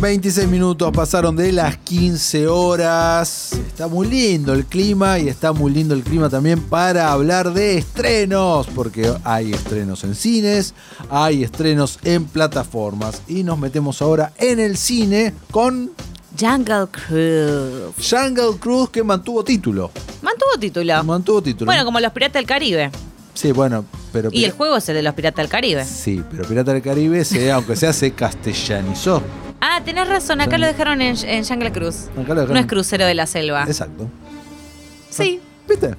26 minutos pasaron de las 15 horas. Está muy lindo el clima y está muy lindo el clima también para hablar de estrenos, porque hay estrenos en cines, hay estrenos en plataformas y nos metemos ahora en el cine con Jungle Cruise. Jungle Cruise que mantuvo título. Mantuvo título. Mantuvo título. Bueno, como los Piratas del Caribe. sí, bueno, pero Y el juego es el de los Piratas del Caribe. Sí, pero Pirata del Caribe, se, aunque sea, se castellanizó. Ah, tenés razón, acá lo dejaron en, en Jungle Cruise. Acá lo dejaron- No es crucero de la selva. Exacto. Sí, ¿Viste?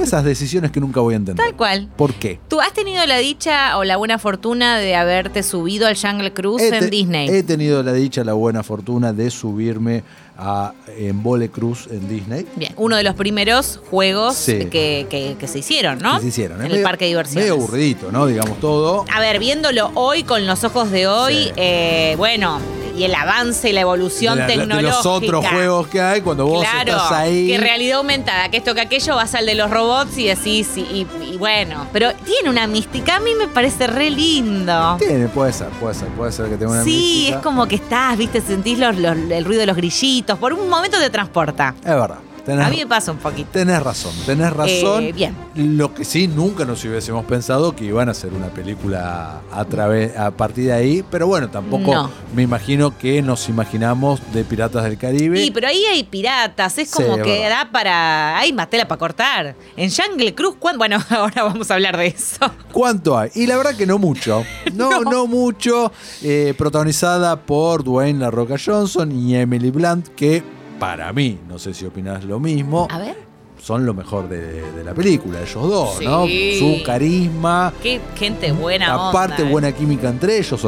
Esas decisiones que nunca voy a entender. tal cual. ¿Por qué? ¿Tú has tenido la dicha o la buena fortuna de haberte subido al Jungle Cruise te- en Disney? He tenido la dicha, la buena fortuna de subirme a Embole Cruz en Disney. Bien, uno de los primeros juegos Sí. que, que- que se hicieron, ¿no? Que se hicieron. ¿Ah? En Es el medio- parque de diversiones. Medio aburridito, ¿no? Digamos todo. A ver, viéndolo hoy con los ojos de hoy, Sí. eh, bueno, y el avance y la evolución De la- de tecnológica. los otros juegos que hay, cuando vos Claro, estás ahí. que realidad aumentada, que esto que aquello, vas al de los robots y decís, y, y- y bueno, pero tiene una mística, a mí me parece re lindo. Tiene, puede ser, puede ser, puede ser que tenga una Sí, mística. es como que estás, viste, sentís los- los- el ruido de los grillitos, por un momento te transporta. Es verdad. Tenés, A mí me pasa un poquito. tenés razón, tenés razón. Eh, bien. Lo que sí, nunca nos hubiésemos pensado que iban a hacer una película a, través, a partir de ahí. Pero bueno, tampoco No. me imagino que nos imaginamos de Piratas del Caribe. Sí, pero ahí hay piratas, es Sí, como es que verdad. da para. Hay más tela para cortar. En Jungle Cruz, ¿cuándo? Bueno, ahora vamos a hablar de eso. ¿Cuánto hay? Y la verdad que no mucho. No, no, mucho. Eh, protagonizada por Dwayne La Roca Johnson y Emily Blunt, que para mí, no sé si opinas lo mismo, A ver. son lo mejor de, de la película, ellos dos, Sí. ¿no? Su carisma, Qué gente buena onda. aparte eh. buena química entre ellos,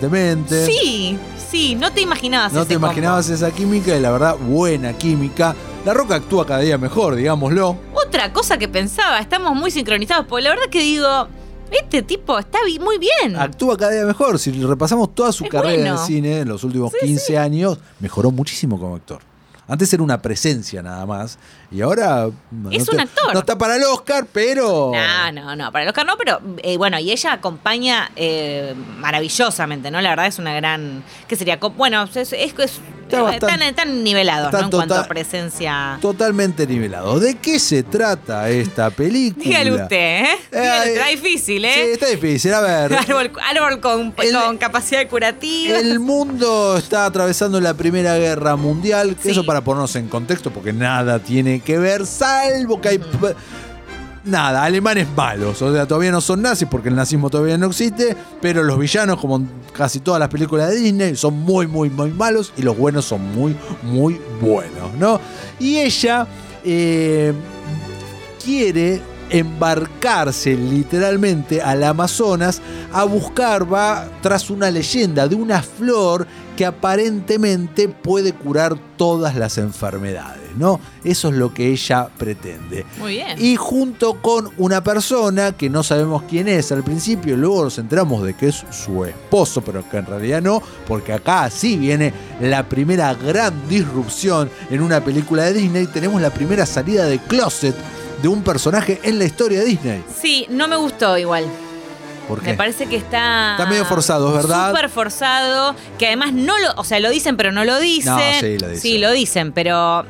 sorprendentemente. Sí, sí, no te imaginabas No ese te combo. imaginabas esa química y la verdad, buena química. La Roca actúa cada día mejor, digámoslo. Otra cosa que pensaba, estamos muy sincronizados, porque la verdad que digo, este tipo está bi- muy bien. Actúa cada día mejor. Si repasamos toda su Mm. Es carrera en bueno. el cine en los últimos 15 años, mejoró muchísimo como actor. Antes era una presencia nada más. Y ahora. no Es te- un actor. No está para el Oscar, pero. No, no, no, para el Oscar no, pero eh, bueno, y ella acompaña eh, maravillosamente, ¿no? La verdad es una gran. ¿Qué sería? Co- Bueno, es, es, es- Está eh, bastante- tan, tan nivelado, está tota-, ¿no? En cuanto a total- presencia. Totalmente nivelado. ¿De qué se trata esta película? Dígale usted, ¿eh? Dígale, Eh, está difícil, Sí, ¿eh? está difícil. A ver. árbol árbol con, El- con capacidad curativa. El mundo está atravesando la Primera Guerra Mundial. que Sí. Eso para ponernos en contexto, porque nada tiene que ver, salvo que hay. p- Nada, alemanes malos. O sea, todavía no son nazis porque el nazismo todavía no existe. Pero los villanos, como en casi todas las películas de Disney, son muy, muy, muy malos. Y los buenos son muy, muy buenos, ¿no? Y ella eh, quiere embarcarse literalmente al Amazonas a buscar, va tras una leyenda de una flor que aparentemente puede curar todas las enfermedades, ¿no? Eso es lo que ella pretende. Muy bien. Y junto con una persona que no sabemos quién es al principio, luego nos enteramos de que es su esposo, pero que en realidad no, porque acá sí viene la primera gran disrupción en una película de Disney. Tenemos la primera salida de closet de un personaje en la historia de Disney. Sí, no me gustó igual. ¿Por qué? Me parece que está. Está medio forzado, es verdad. Súper forzado. Que además no lo. O sea, lo dicen, pero no lo dicen. No, sí, lo dicen. lo dicen, pero.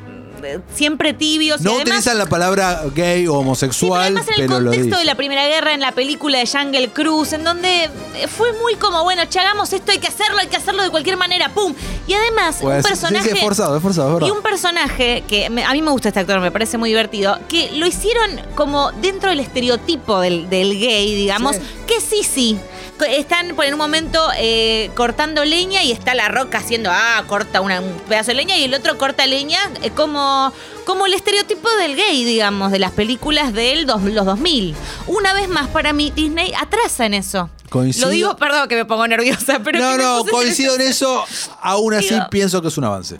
eh, Siempre tibios. y No además, utilizan la palabra gay o Sí, pero homosexual, además en el pero, lo contexto de dicen. la Primera Guerra, en la película de Jungle Cruise, en donde eh, fue muy como, bueno, che, hagamos esto, hay que hacerlo, hay que hacerlo de cualquier manera, ¡pum! Y además, un Pues, personaje... Sí, sí, es forzado, es forzado, es verdad. Y un personaje que me- a mí me gusta este actor, me parece muy divertido, que lo hicieron como dentro del estereotipo del, del gay, digamos, Sí. que sí, sí. Co- Están por en un momento eh, cortando leña y está la roca haciendo, ah, corta una- un pedazo de leña y el otro corta leña eh, como, como el estereotipo del gay, digamos, de las películas de él dos- los 2000. Una vez más, para mí, Disney atrasa en eso. Coincido. Lo digo, perdón que me pongo nerviosa, pero... no, que me no, puse coincido en eso. Aún así Digo- pienso que es un avance.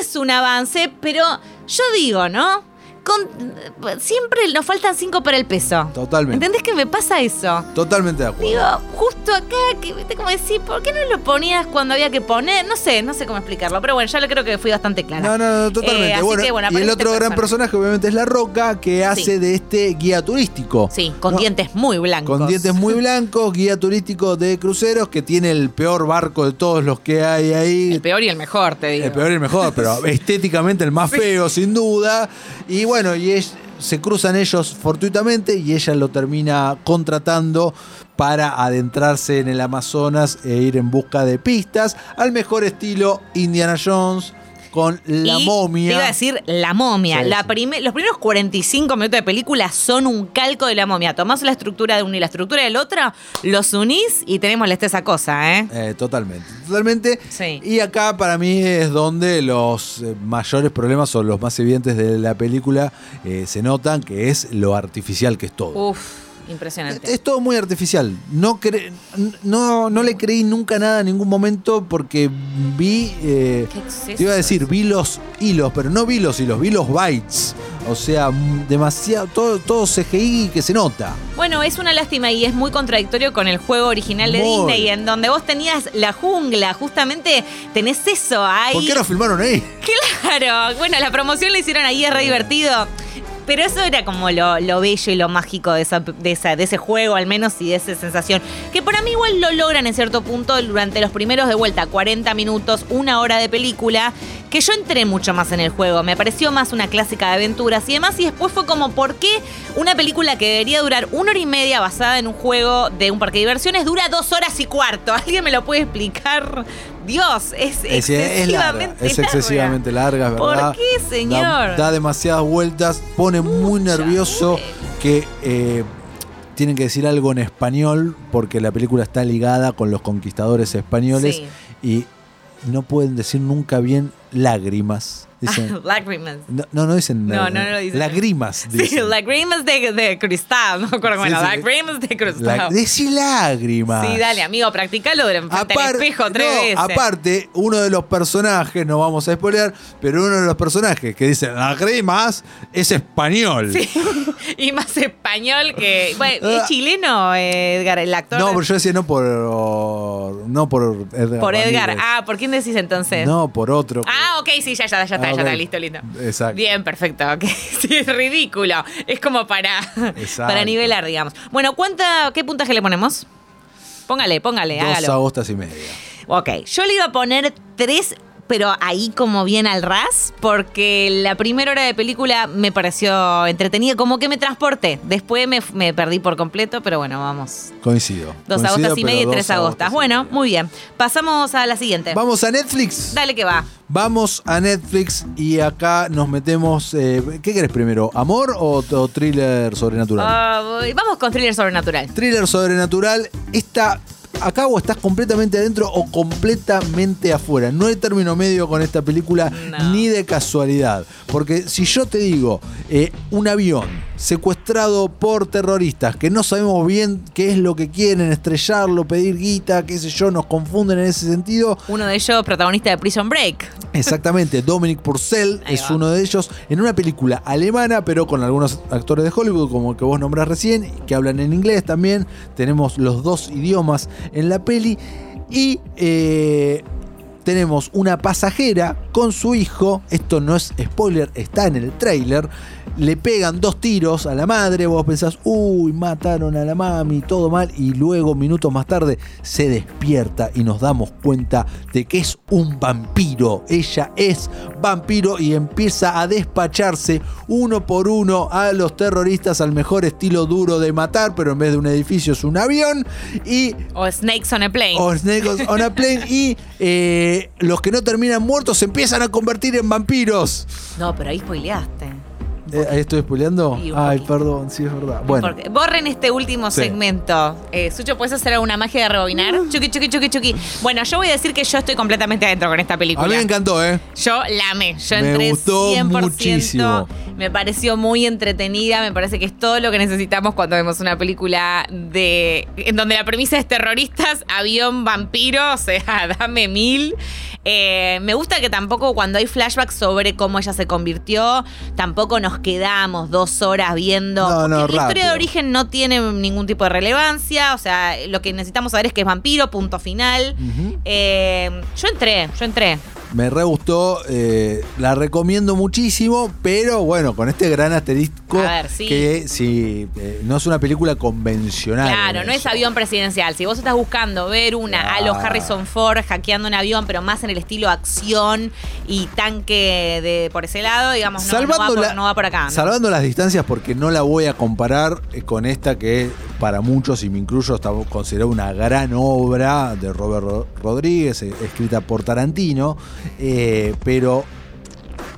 es un avance, pero yo digo, ¿no? Con- siempre nos faltan cinco para el peso. Totalmente. ¿Entendés que me pasa eso? Totalmente de acuerdo. Digo, justo esto acá, que viste como decir, ¿por qué no lo ponías cuando había que poner? No sé, no sé cómo explicarlo, pero bueno, ya lo creo que fui bastante clara. No, no, no, Eh, totalmente. así bueno, que, bueno, y el aparece otro este gran personaje, obviamente, es La Roca, que hace de este guía turístico. Sí, con No, dientes muy blancos. Con dientes muy blancos, guía turístico de cruceros, que tiene el peor barco de todos los que hay ahí. El peor y el mejor, te digo. El peor y el mejor, pero estéticamente el más feo, sin duda. Y bueno, y es- se cruzan ellos fortuitamente y ella lo termina contratando para adentrarse en el Amazonas e ir en busca de pistas al mejor estilo Indiana Jones con la Y momia. Te iba a decir la momia. Sí, la sí. prime- los primeros 45 minutos de película son un calco de la momia. Tomás la estructura de uno y la estructura del otro, los unís y tenemos la esa cosa, ¿eh? Eh, totalmente, totalmente. Sí. Y acá para mí es donde los eh, mayores problemas o los más evidentes de la película eh, se notan, que es lo artificial que es todo. Uf, impresionante. Es todo muy artificial. No, cre- no, no le creí nunca nada en ningún momento porque vi. eh, Qué exceso. te iba a decir, vi los hilos, pero no vi los hilos, vi los bytes. O sea, mm, demasiado. Todo, todo CGI que se nota. Bueno, es una lástima y es muy contradictorio con el juego original de Muy. Disney, en donde vos tenías la jungla, justamente tenés eso ahí. ¿Por qué no filmaron ahí? Claro, bueno, la promoción la hicieron ahí, es re divertido. Pero eso era como lo, lo bello y lo mágico de, esa- de, esa- de ese juego, al menos, y de esa sensación. Que para mí igual lo logran en cierto punto durante los primeros de vuelta, 40 minutos, una hora de película, que yo entré mucho más en el juego. Me pareció más una clásica de aventuras y demás. Y después fue como, ¿por qué una película que debería durar una hora y media basada en un juego de un parque de diversiones dura dos horas y cuarto? ¿Alguien me lo puede explicar? Dios, es, Es, es larga, excesivamente es excesivamente larga, es ¿Por verdad. qué, señor? Da, da demasiadas vueltas, pone muy Muchas nervioso que eh, tienen que decir algo en español porque la película está ligada con los conquistadores españoles Sí. y no pueden decir nunca bien lágrimas. Dicen, Lágrimas. no, no, no dicen Ah. No, lágrimas, no, no lo dicen. Lagrimas, dicen. Sí, lágrimas de, de cristal. No me acuerdo cómo Sí, era. sí. Lágrimas de La- cristal. decí lágrimas. Sí, dale, amigo, practicalo frente al Apar- espejo tres no, veces. Aparte, uno de los personajes, no vamos a spoilear, pero uno de los personajes que dice lágrimas es español. Y más español que. Bueno, ¿es chileno, Edgar, el actor? Ah. No, pero yo decía no por. No por Edgar. Por Edgar. Ramírez. Ah, ¿por quién decís entonces? No, por otro. Ah, ok, sí, ya, ya, ya está, Ah, ya está, ok. listo, listo. Exacto. Bien, perfecto. ok. Sí, es ridículo. Es como para, Exacto. para nivelar, digamos. Bueno, ¿cuánta, ¿qué puntaje le ponemos? Póngale, póngale, Dos hágalo. agostas y media. Ok, yo le iba a poner tres, pero ahí como bien al ras, porque la primera hora de película me pareció entretenida, como que me transporté. Después me, me perdí por completo, pero bueno, vamos. Coincido. Dos Coincido, agostas y pero media y dos tres agostas. y Bueno, media. muy bien. Pasamos a la siguiente. Vamos a Netflix. Dale que va. Vamos a Netflix y acá nos metemos. eh, ¿Qué querés primero? ¿Amor o, o thriller sobrenatural? Ah, voy- vamos con thriller sobrenatural. Thriller sobrenatural. Esta. Acá o estás completamente adentro o completamente afuera. No hay término medio con esta película No. ni de casualidad. Porque si yo te digo eh, un avión secuestrado por terroristas que no sabemos bien qué es lo que quieren, estrellarlo, pedir guita, qué sé yo, nos confunden en ese sentido, Uno de ellos, protagonista de Prison Break. Exactamente, Dominic Purcell Ahí es va. uno de ellos en una película alemana, pero con algunos actores de Hollywood, como el que vos nombrás recién, que hablan en inglés también. Tenemos los dos idiomas en la peli. Y eh, tenemos una pasajera con su hijo. Esto no es spoiler, está en el tráiler. Le pegan dos tiros a la madre. Vos pensás, uy, mataron a la mami, todo mal. Y luego, minutos más tarde, se despierta y nos damos cuenta de que es un vampiro. Ella es vampiro y empieza a despacharse uno por uno a los terroristas al mejor estilo duro de matar, pero en vez de un edificio es un avión. Y O Snakes on a Plane. o Snakes on a Plane. Y eh, los que no terminan muertos se empiezan a convertir en vampiros. No, pero ahí spoileaste. Eh, ¿ahí ¿Estoy spoileando? Y un Ay, poquito. perdón, sí es verdad. Bueno, Porque- borren este último Sí. segmento. Eh, Sucho, ¿puedes hacer alguna magia de rebobinar? Chuki, chuki, chuki, chuki. Bueno, yo voy a decir que yo estoy completamente adentro con esta película. a mí me encantó, ¿eh? Yo la amé. Yo Me entré gustó 100%. muchísimo. Me pareció muy entretenida. Me parece que es todo lo que necesitamos cuando vemos una película de en donde la premisa es terroristas, avión, vampiro. O sea, dame mil. Eh, me gusta que tampoco cuando hay flashbacks sobre cómo ella se convirtió, tampoco nos quedamos dos horas viendo. No, no, Porque la historia de rápido. origen no tiene ningún tipo de relevancia. O sea, lo que necesitamos saber es que es vampiro, punto final. Ujú. Eh, yo entré, yo entré. Me re gustó, eh, la recomiendo muchísimo, pero bueno, con este gran asterisco A ver, sí. que si eh, no es una película convencional. Claro, en no es eso. avión presidencial. Si vos estás buscando ver una a los Claro. Harrison Ford hackeando un avión, pero más en el estilo acción y tanque de por ese lado, digamos, no, no va, Salvando la- por, no va por acá. ¿no? Salvando las distancias porque no la voy a comparar eh, con esta que para muchos, y me incluyo, está considerada una gran obra de Robert Ro- Rodríguez, eh, escrita por Tarantino, eh, pero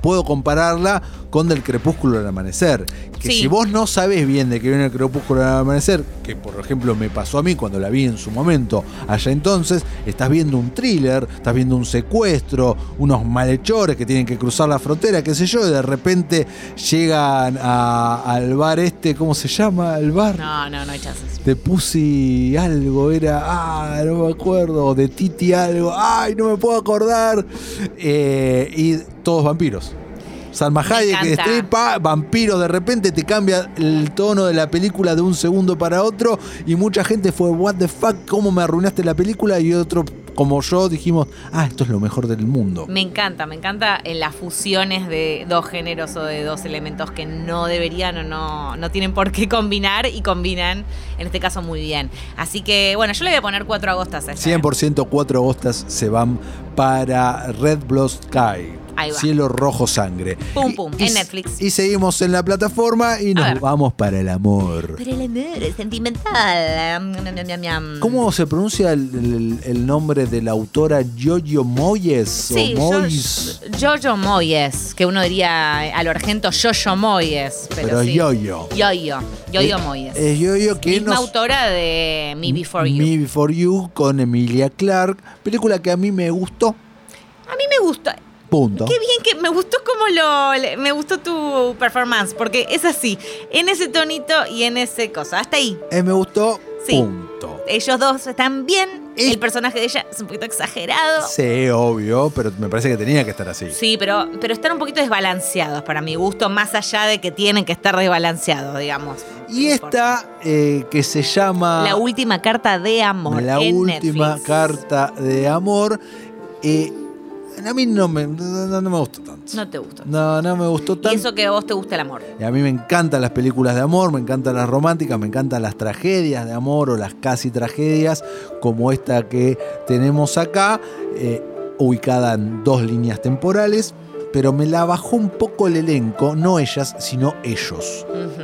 puedo compararla con Del Crepúsculo al Amanecer. Que Sí. si vos no sabés bien de qué viene El Crepúsculo al Amanecer, que por ejemplo me pasó a mí cuando la vi en su momento, allá entonces, estás viendo un thriller, estás viendo un secuestro, unos malhechores que tienen que cruzar la frontera, qué sé yo, y de repente llegan a- al bar este, ¿cómo se llama? El bar No, no, no hay chances. de Pussy algo, era, ah, no me acuerdo, o de Titi algo, ay, no me puedo acordar. Eh, y todos vampiros. Salma Me Hayek encanta. destripa, vampiros, de repente te cambia el tono de la película de un segundo para otro y mucha gente fue, what the fuck, cómo me arruinaste la película y otro como yo dijimos, ah, esto es lo mejor del mundo. Me encanta, me encanta en las fusiones de dos géneros o de dos elementos que no deberían o no, no tienen por qué combinar y combinan, en este caso, muy bien. Así que, bueno, yo le voy a poner cuatro agostas a esta. ¿eh? 100% cuatro agostas se van para Red Blood Sky. Ahí va. Cielo rojo sangre. Pum, Y- pum, y, en Netflix. Y seguimos en la plataforma y nos ver. vamos para el amor. Pero el amor es sentimental. Miam, miam, miam, miam. ¿Cómo se pronuncia el, el- el nombre de la autora Yoyo Moyes? Sí, o Moyes? yo- Jojo Moyes, que uno diría eh, al argento Jojo Moyes, pero, Pero sí. Yoyo. Yoyo, Yoyo Eh, Moyes. Es Yoyo que Misma nos... autora de Me Before You. Me Before You con Emilia Clark. Película que a mí me gustó. A mí me gusta. Punto. Qué bien que me gustó como lo le- me gustó tu performance porque es así, en ese tonito y en ese cosa. Hasta ahí. Eh, me gustó. Sí. Punto. Ellos dos están bien. Es- El personaje de ella es un poquito exagerado. Sí, obvio, pero me parece que tenía que estar así. Sí, pero, pero están un poquito desbalanceados para mi gusto, más allá de que tienen que estar desbalanceados, digamos. Y No importa. esta eh, que se llama La última carta de amor. Ah. La en última Netflix. carta de amor, eh, a mí no me, no, no me gustó tanto. No te gustó. No, no me gustó Y tanto. eso que a vos te gusta el amor. Y a mí me encantan las películas de amor, me encantan las románticas, me encantan las tragedias de amor o las casi tragedias como esta que tenemos acá, eh, ubicada en dos líneas temporales, pero me la bajó un poco el elenco, no ellas, sino ellos, Ujú.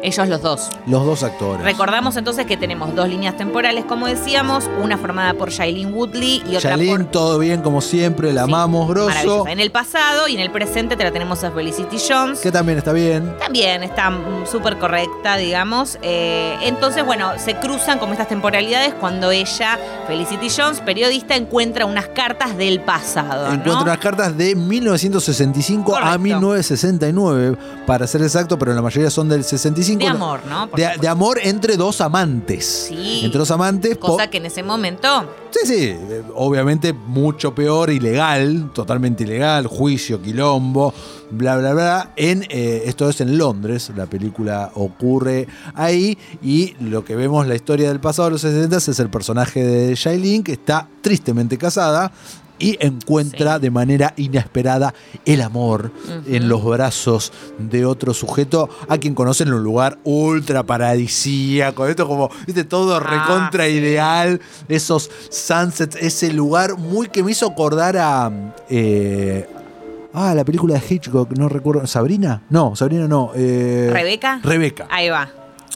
Ellos los dos. los dos actores. Recordamos entonces que tenemos dos líneas temporales, como decíamos, una formada por Shailene Woodley y otra Yalín, por. todo bien como siempre, la Sí, ¿eh? amamos grosso, maravillosa. En el pasado y en el presente te la tenemos a Felicity Jones. que también está bien. También está mm, súper correcta, digamos. Eh, entonces, bueno, se cruzan como estas temporalidades cuando ella, Felicity Jones, periodista, encuentra unas cartas del pasado. Encuentro ¿no? unas cartas de 1965 a Correcto. 1969, para ser exacto, pero la mayoría son del 65. De amor, ¿no? Por De, supuesto. de amor entre dos amantes. Sí. Entre dos amantes. po- Cosa que en ese momento Sí, sí. eh, Obviamente mucho peor, ilegal, totalmente ilegal, juicio, quilombo, bla, bla, bla. En, eh, esto es en Londres, la película ocurre ahí y lo que vemos, la historia del pasado de los 60 es el personaje de Shailene que está tristemente casada y encuentra de manera inesperada el amor Ujú. en los brazos de otro sujeto a quien conoce en un lugar ultra paradisíaco. Esto como, viste, todo recontra Ah, ideal, esos sunsets, ese lugar muy que me hizo acordar a. eh, ah, la película de Hitchcock, no recuerdo. ¿Sabrina? No, Sabrina no. eh, ¿Rebeca? Ah. Rebeca. Ahí va.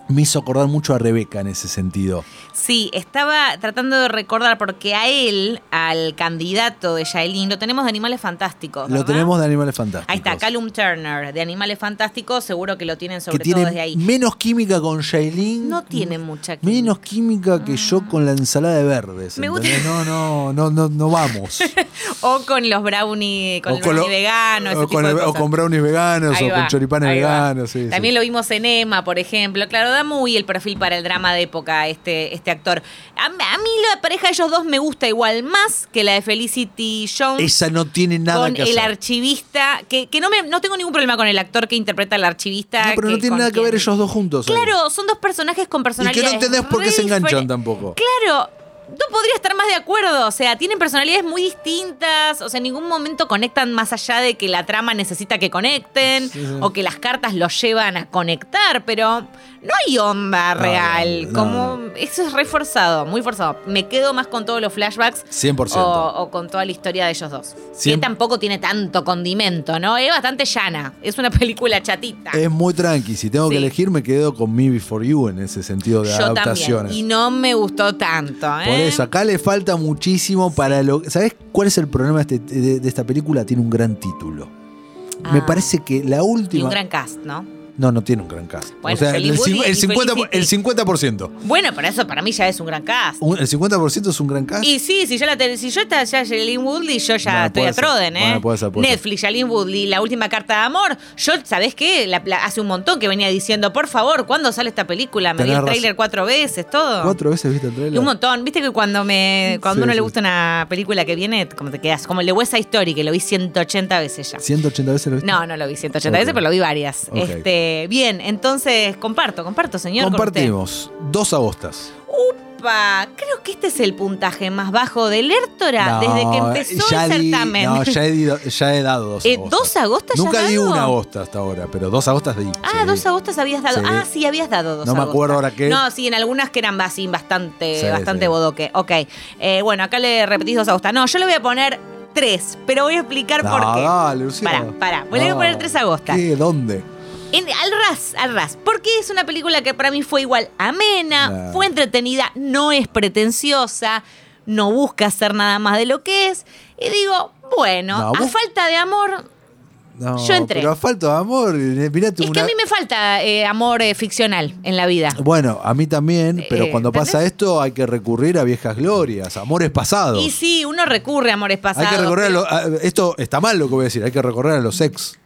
Me hizo acordar mucho a Rebeca en ese sentido. Sí, estaba tratando de recordar porque a él, al candidato de Shailene, lo tenemos de Animales Fantásticos. Lo ¿verdad? tenemos de Animales Fantásticos. Ahí está, Callum Turner, de Animales Fantásticos, seguro que lo tienen Que sobre todo tiene desde ahí. menos química con Shailene. No tiene mucha química. Menos química que yo con la ensalada de verdes. Me gusta- ¿entendés? No, no, no, no, no vamos. O con los brownie, con O el brownie lo- vegano, ese o tipo con, de el- o cosas. con brownies veganos, Ahí o va, con choripanes ahí va. veganos. sí, sí. También lo vimos en Emma, por ejemplo. Claro, da da muy el perfil para el drama de época este, este actor. A, a mí la pareja de ellos dos me gusta igual más que la de Felicity Jones. Esa no tiene nada con que el hacer. archivista, que, que no, me, no tengo ningún problema con el actor que interpreta al archivista. No, pero no tiene con nada que ver quien- ellos dos juntos. ahí. Claro, son dos personajes con Y que personalidades. no entendés por qué se re enganchan diferen- tampoco. Claro, no podría estar más de acuerdo. O sea, tienen personalidades muy distintas. O sea, en ningún momento conectan más allá de que la trama necesita que conecten Sí, sí. o que las cartas los llevan a conectar. Pero no hay onda real. no, como no. eso es reforzado, muy forzado. Me quedo más con todos los flashbacks. 100%. O, o con toda la historia de ellos dos. Cien- Que tampoco tiene tanto condimento, ¿no? Es bastante llana. Es una película chatita. Es muy tranqui. Si tengo que ah. Sí. elegir, me quedo con Me Before You en ese sentido de Yo también. adaptaciones. Y no me gustó tanto, ¿eh? Por eso, acá le falta muchísimo para lo. ¿Sabes cuál es el problema de, este- de- de esta película? Tiene un gran título. Me Ah. parece que la Y última. un gran cast, ¿no? No, no tiene un gran cast. Bueno, o sea, el, Feliz Woody cincu- el y 50, por- el Felicity. 50%. Bueno, pero eso para mí ya es un gran cast. Un- el 50% es un gran cast. Y sí, si yo la te- si yo está ya Shailene Woodley, yo ya Bueno, estoy puede a ser. Troden, ¿eh? Bueno, puede ser, puede ser. Netflix, Shailene Woodley, la última carta de amor. Yo, ¿sabés qué? La- la- hace un montón que venía diciendo, por favor, ¿cuándo sale esta película? Me vi Tenés el tráiler razón. cuatro veces, todo. ¿Cuatro veces viste el Y trailer? un montón. Viste que cuando me cuando Sí, uno sí. le gusta una película que viene, como te quedas, como el de West Side Story, que lo vi 180 veces ya. 180 veces lo viste. No, no lo vi 180 Ok. veces, pero lo vi varias. Ok. Este, bien, entonces comparto, comparto, señor. con usted. Compartimos dos agostas. Upa, creo que este es el puntaje más bajo del Hértora No, eh, desde que empezó ya el di- certamen. no, ya he, dido- ya he dado dos Eh, agostas. ¿dos agostas ya Nunca has di dado? una agosta hasta ahora, pero dos agostas di. Ah, sí. dos agostas habías dado. Sí. Ah, sí, habías dado dos No me agostas. acuerdo ahora qué. No, sí, en algunas que eran así bastante, Sí, bastante sí. bodoque. Ok. Eh, bueno, acá le repetís dos agostas. No, yo le voy a poner tres, pero voy a explicar No, por qué. dale, Lucía. Pará, pará. Voy a No. poner tres agostas. ¿Qué? ¿Dónde? En- al ras, al ras. Porque es una película que para mí fue igual amena, Nah. fue entretenida, no es pretenciosa, no busca hacer nada más de lo que es. Y digo, bueno, No, a vos- falta de amor. No, Yo entré. Pero asfalto de amor, eh, mirate Es que una. a mí me falta eh, amor eh, ficcional en la vida. Bueno, a mí también, pero Eh, cuando pasa esto hay que recurrir a viejas glorias, amores pasados. Y sí, uno recurre a amores pasados. hay que recorrer a pero- lo- a- Esto está mal lo que voy a decir, hay que recorrer a los ex.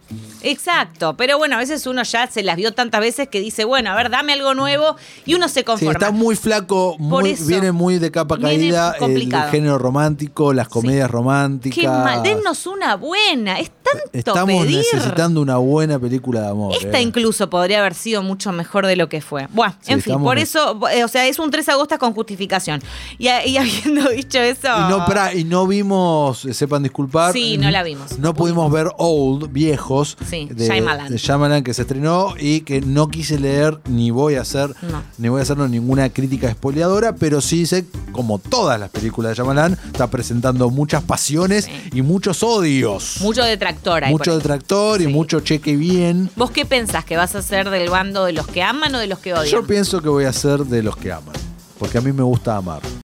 Exacto, pero bueno, a veces uno ya se las vio tantas veces que dice, bueno, a ver, dame algo nuevo y uno se Sí, conforma. está muy flaco, muy- eso. viene muy de capa Viene caída el complicado. género romántico, las comedias románticas. Qué mal, dennos una buena, es tanto Estamos pedir. necesitando una buena película de amor. Esta eh. incluso podría haber sido mucho mejor de lo que fue. Buah, Sí, en fin, estamos- por eso, eh, o sea, es un 3 de agosto con justificación. Y, a- y habiendo dicho eso. Y no, pará, y no vimos, eh, sepan disculpar. Sí, no la vimos. No pudimos ver Old, viejos. Sí, Shyamalan. de Shyamalan, que se estrenó y que no quise leer ni voy a hacer, No. ni voy a hacernos ninguna crítica espoleadora, pero sí sé, como todas las películas de Shyamalan, está presentando muchas pasiones y muchos odios. Mucho detractor ahí. mucho por ahí. detractor y mucho cheque bien. ¿Vos qué pensás? ¿Que vas a ser del bando de los que aman o de los que odian? Yo pienso que voy a ser de los que aman, porque a mí me gusta amar.